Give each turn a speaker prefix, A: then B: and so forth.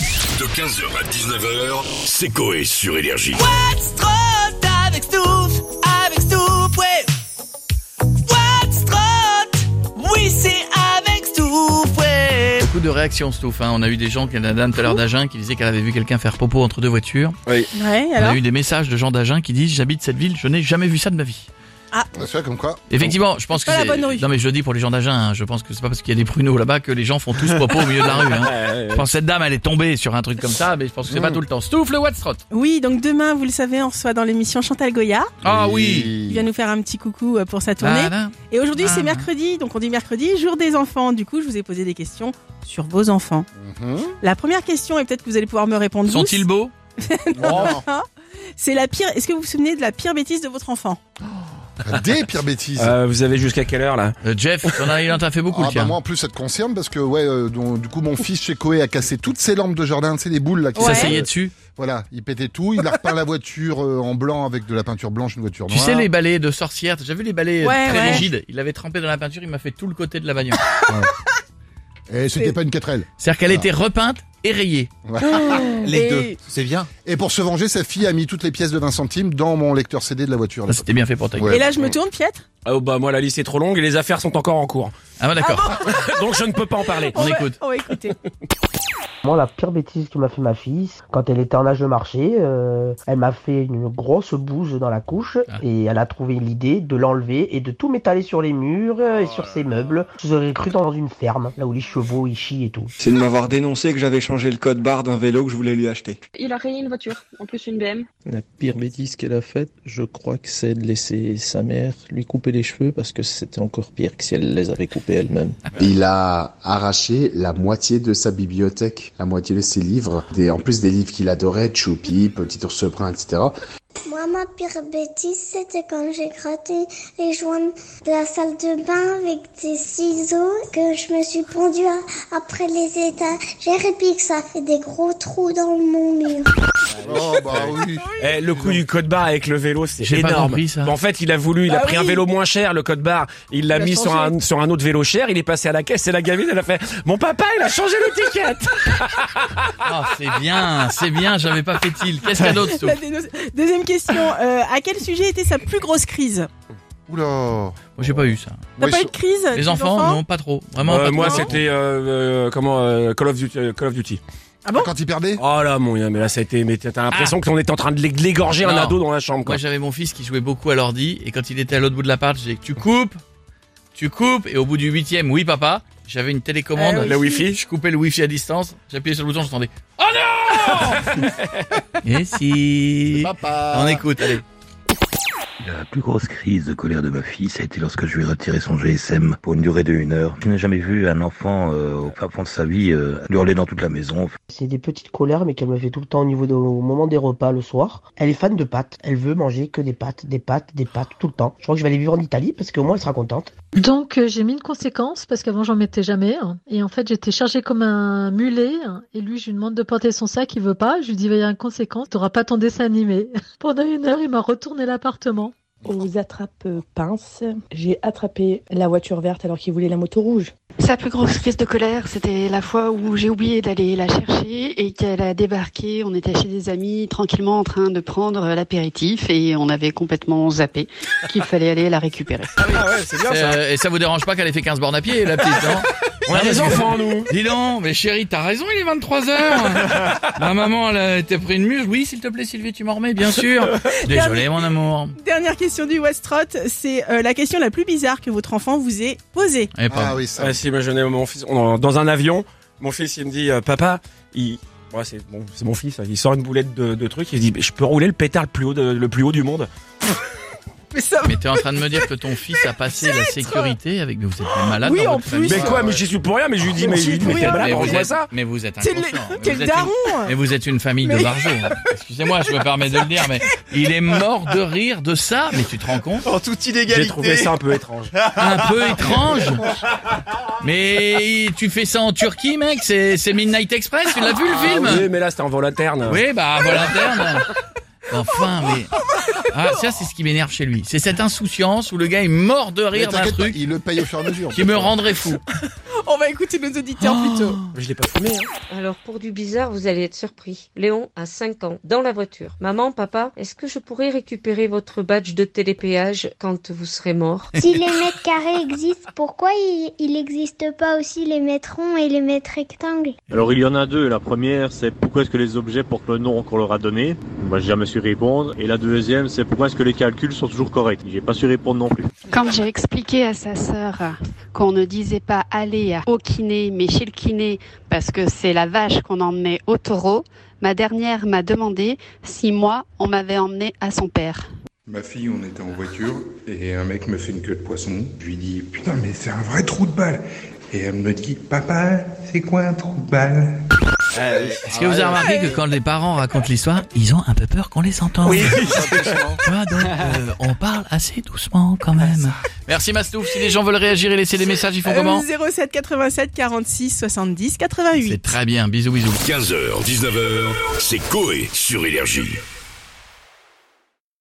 A: De 15h à 19h, c'est Coé sur Énergie.
B: What's trot avec Stouff, avec Stouff, ouais. What's trot, oui c'est avec Stouff, ouais.
C: Beaucoup de réactions, Stouff. hein. On a eu des gens, la dame tout à l'heure d'Agen qui disait qu'elle avait vu quelqu'un faire popo entre deux voitures.
D: Ouais,
C: On
D: alors
C: a eu des messages de gens d'Agen qui disent J'habite cette ville, je n'ai jamais vu ça de ma vie.
E: C'est vrai, Bah, comme quoi.
C: Effectivement, je pense que
D: pas la
C: c'est-
D: bonne rue.
C: Non mais je le dis pour les gens d'Agen, hein, je pense que c'est pas parce qu'il y a des pruneaux là-bas que les gens font tous popo au milieu de la rue. hein. Je pense que cette dame elle est tombée sur un truc comme ça, mais je pense que c'est
E: Mm.
C: pas tout le temps. Stouff le Watstrot.
D: Oui, donc demain, vous le savez, on reçoit dans l'émission Chantal Goya.
C: Ah oui.
D: Il vient nous faire un petit coucou euh, pour sa tournée.
C: Ah, non.
D: Et aujourd'hui,
C: Ah.
D: c'est mercredi, donc on dit mercredi, jour des enfants. Du coup, je vous ai posé des questions sur vos enfants.
E: Mhm.
D: La première question, et peut-être que vous allez pouvoir me répondre vous,
C: Sont-ils beaux
E: Oh,
D: c'est la pire. Est-ce que vous vous souvenez de la pire bêtise de votre enfant
E: Ah, des pires bêtises.
F: Euh, vous avez jusqu'à quelle heure là
C: Euh, Jeff, t'en as- il en t'a fait beaucoup
E: Ah
C: le
E: bah
C: tien.
E: moi en plus ça te concerne parce que ouais euh, donc, du coup mon fils chez Coé a cassé toutes ses lampes de jardin, tu sais les boules là qui
C: Il
D: Ouais.
C: s'asseyait dessus.
E: Voilà, il pétait tout, il a repeint la voiture euh, en blanc avec de la peinture blanche, une voiture
C: Tu
E: noire.
C: sais les balais de sorcière, j'avais les balais euh,
D: Ouais,
C: très
D: ouais.
C: rigides. Il l'avait trempé dans la peinture, il m'a fait tout le côté de la bagnole.
E: Et c'était pas une 4L.
C: C'est-à-dire
G: Ah.
C: qu'elle était repeinte et rayée.
D: Les deux.
E: Et pour se venger, sa fille a mis toutes les pièces de 20 centimes dans mon lecteur CD de la voiture.
C: Ça,
E: là.
C: c'était bien fait pour ta gueule.
D: Et là, je me tourne, Pietre.
F: Oh bah moi la liste est trop longue et les affaires sont encore en cours.
C: Ah, bah, d'accord.
F: Donc je ne peux pas en parler.
C: On
D: va-
C: écoute.
D: on va écouter.
H: Moi, la pire bêtise que m'a fait ma fille, c'est quand elle était en âge de marcher, euh, elle m'a fait une grosse bouse dans la couche
C: Ah.
H: et elle a trouvé l'idée de l'enlever et de tout m'étaler sur les murs euh, et sur ses meubles. Je vous aurais cru dans une ferme, là où les chevaux, ils chient et tout.
I: C'est de m'avoir dénoncé que j'avais changé le code barre d'un vélo que je voulais lui acheter.
J: Il a rayé une voiture, en plus une BM.
G: La pire bêtise qu'elle a faite, je crois que c'est de laisser sa mère lui couper les cheveux parce que c'était encore pire que si elle les avait coupés elle-même.
K: Il a arraché la moitié de sa bibliothèque, la moitié de ses livres, des, en plus des livres qu'il adorait, Choupi, Petit Ours Brun, etc.
L: Moi, ma pire bêtise, c'était quand j'ai gratté les joints de la salle de bain avec des ciseaux que je me suis pendu à- après les étagères et puis que ça fait des gros trous dans mon mur.
E: Oh bah oui.
F: Eh, le coup du code barre avec le vélo, c'est
C: J'ai pas
F: énorme.
C: compris, ça.
F: Bon, en fait, il a voulu, il a
D: Bah
F: pris un
D: oui.
F: vélo moins cher, le code barre. Il l'a
D: Il a
F: mis sur
D: changé.
F: un, sur un autre vélo cher. Il est passé à la caisse et la gamine, elle a fait Mon papa, il a changé l'étiquette
C: Ah, c'est bien, c'est bien, j'avais pas fait-il. Qu'est-ce qu'il y a d'autre, Stouff
D: La déno- Deuxième question. euh, à quel sujet était sa plus grosse crise
E: Oula.
C: Moi, j'ai pas eu ça.
D: T'as
E: Ouais,
D: pas eu
E: sur-
D: de crise
C: Les
D: tes
C: enfants, non, pas trop. Vraiment,
F: Euh,
C: pas
F: Moi,
C: trop.
F: c'était euh, euh, comment euh, Call of Duty. euh, Call of Duty.
D: Bon.
E: Quand il perdait
F: Oh là, mon gars, mais là, ça a été. Mais t'as l'impression qu'on était en train de l'é- de l'égorger un
C: Non.
F: ado dans la chambre. Quoi.
C: Moi, j'avais mon fils qui jouait beaucoup à l'ordi, et quand il était à l'autre bout de l'appart, j'ai dit Tu coupes, tu coupes, et au bout du huitième, oui, papa, j'avais une télécommande.
D: Ah oui.
F: La Wi-Fi.
C: Je coupais le wifi à distance, j'appuyais sur le bouton, j'entendais Oh non Et si
E: Papa.
C: On écoute, allez.
G: La plus grosse crise de colère de ma fille, ça a été lorsque je lui ai retiré son GSM pour une durée de une heure. Je n'ai jamais vu un enfant euh, au fin fond de sa vie euh, hurler dans toute la maison.
H: C'est des petites colères, mais qu'elle me fait tout le temps au niveau de- au moment des repas le soir. Elle est fan de pâtes. Elle veut manger que des pâtes, des pâtes, des pâtes tout le temps. Je crois que je vais aller vivre en Italie parce qu'au moins elle sera contente.
L: Donc, j'ai mis une conséquence parce qu'avant, j'en mettais jamais. Et en fait, j'étais chargée comme un mulet. Et lui, je lui demande de porter son sac, il veut pas. Je lui dis, bah, il y a une conséquence, t'auras pas ton dessin animé. Pendant une heure, il m'a retourné l'appartement.
J: Aux attrape-pinces, j'ai attrapé la voiture verte alors qu'il voulait la moto rouge.
L: Sa plus grosse crise de colère, c'était la fois où j'ai oublié d'aller la chercher et qu'elle a débarqué. On était chez des amis, tranquillement en train de prendre l'apéritif et on avait complètement zappé qu'il fallait aller la récupérer.
F: Ah ouais, c'est bien ça.
C: Euh, et ça vous dérange pas qu'elle ait fait 15 bornes à pied, la petite, non
F: On a
C: Non,
F: des
C: parce que-
F: enfants, nous.
C: Dis donc, mais chérie, t'as raison, il est 23h. Ma maman, elle a été pris une muse. Oui, s'il te plaît, Sylvie, tu m'en remets, bien sûr. Désolé, mon amour.
D: Dernière question du Westrot, c'est euh, la question la plus bizarre que votre enfant vous ait posée.
C: Eh, pardon.
E: Ah oui, ça.
F: Ah si, moi je n'ai mon fils on- dans un avion. Mon fils il me dit euh, papa, il moi c'est bon, c'est mon fils, hein, il sort une boulette de, de truc, il se dit je peux rouler le pétard le plus haut de- le plus haut du monde.
D: Mais ça,
C: Mais t'es en train de me dire que ton fils a passé la sécurité avec. Mais vous êtes des malades
D: Oui,
C: dans
D: en
C: votre
D: plus.
C: famille. Ah,
F: Mais
E: Ah,
F: quoi,
E: ouais.
F: mais j'y suis pour rien, mais je lui dis mais,
D: j'y
F: je lui
D: suis
F: dis, mais
D: pour
F: t'es
D: rien.
F: malade,
C: Mais
F: on
C: vous
F: voit
C: êtes-
F: ça.
C: Mais vous êtes
D: c'est le-
C: inconscient. Mais
D: quel
C: vous êtes
D: daron euh, hein.
C: une- Mais vous êtes une famille de
D: Mais-
C: barjots. hein. Excusez-moi, je me permets de le dire, mais il est mort de rire de ça. Mais tu te rends compte
I: En toute
F: J'ai trouvé ça un peu étrange.
C: Un peu étrange. Mais tu fais ça en Turquie, mec C'est c'est Midnight Express Tu l'as vu
D: Ah
C: le film
F: Ah, Oui, mais là c'était en vol interne.
C: Oui, bah, vol interne. Enfin, mais. Ah, ça, c'est ce qui m'énerve chez lui. C'est cette insouciance où le gars est mort de
E: Mais
C: rire d'un
E: t'inquiète pas,
C: truc
E: il le paye au fur et à mesure.
C: qui me rendrait fou.
D: on on va écouter nos auditeurs plutôt.
F: Je l'ai pas fumé.
G: Alors pour du bizarre, vous allez être surpris. Léon a 5 ans, dans la voiture. Maman, papa, est-ce que je pourrais récupérer votre badge de télépéage quand vous serez mort
M: Si les mètres carrés existent, pourquoi il n'existe pas aussi les mètres ronds et les mètres rectangles
N: Alors il y en a deux. La première, c'est pourquoi est-ce que les objets portent le nom qu'on leur a donné Moi, j'ai jamais su répondre. Et la deuxième, c'est pourquoi est-ce que les calculs sont toujours corrects J'ai pas su répondre non plus.
L: Quand j'ai expliqué à sa sœur qu'on ne disait pas aller au kiné, mais chez le kiné, parce que c'est la vache qu'on emmenait au taureau, ma dernière m'a demandé si moi, on m'avait emmené à son père.
O: Ma fille, on était en voiture et un mec me fait une queue de poisson. Je lui dis putain mais c'est un vrai trou de balle. Et elle me dit papa c'est quoi un trou de balle
C: Est-ce que vous avez remarqué que quand les parents racontent l'histoire, ils ont un peu peur qu'on les entende
P: Oui.
C: Tu vois, donc, euh, on parle assez doucement quand même. Merci Mastouf, si les gens veulent réagir et laisser des messages, ils font
D: Euh,
C: comment
D: 07 87 46 70 88.
C: Très bien, bisous bisous.
Q: 15h, 19h, c'est Coé sur Énergie.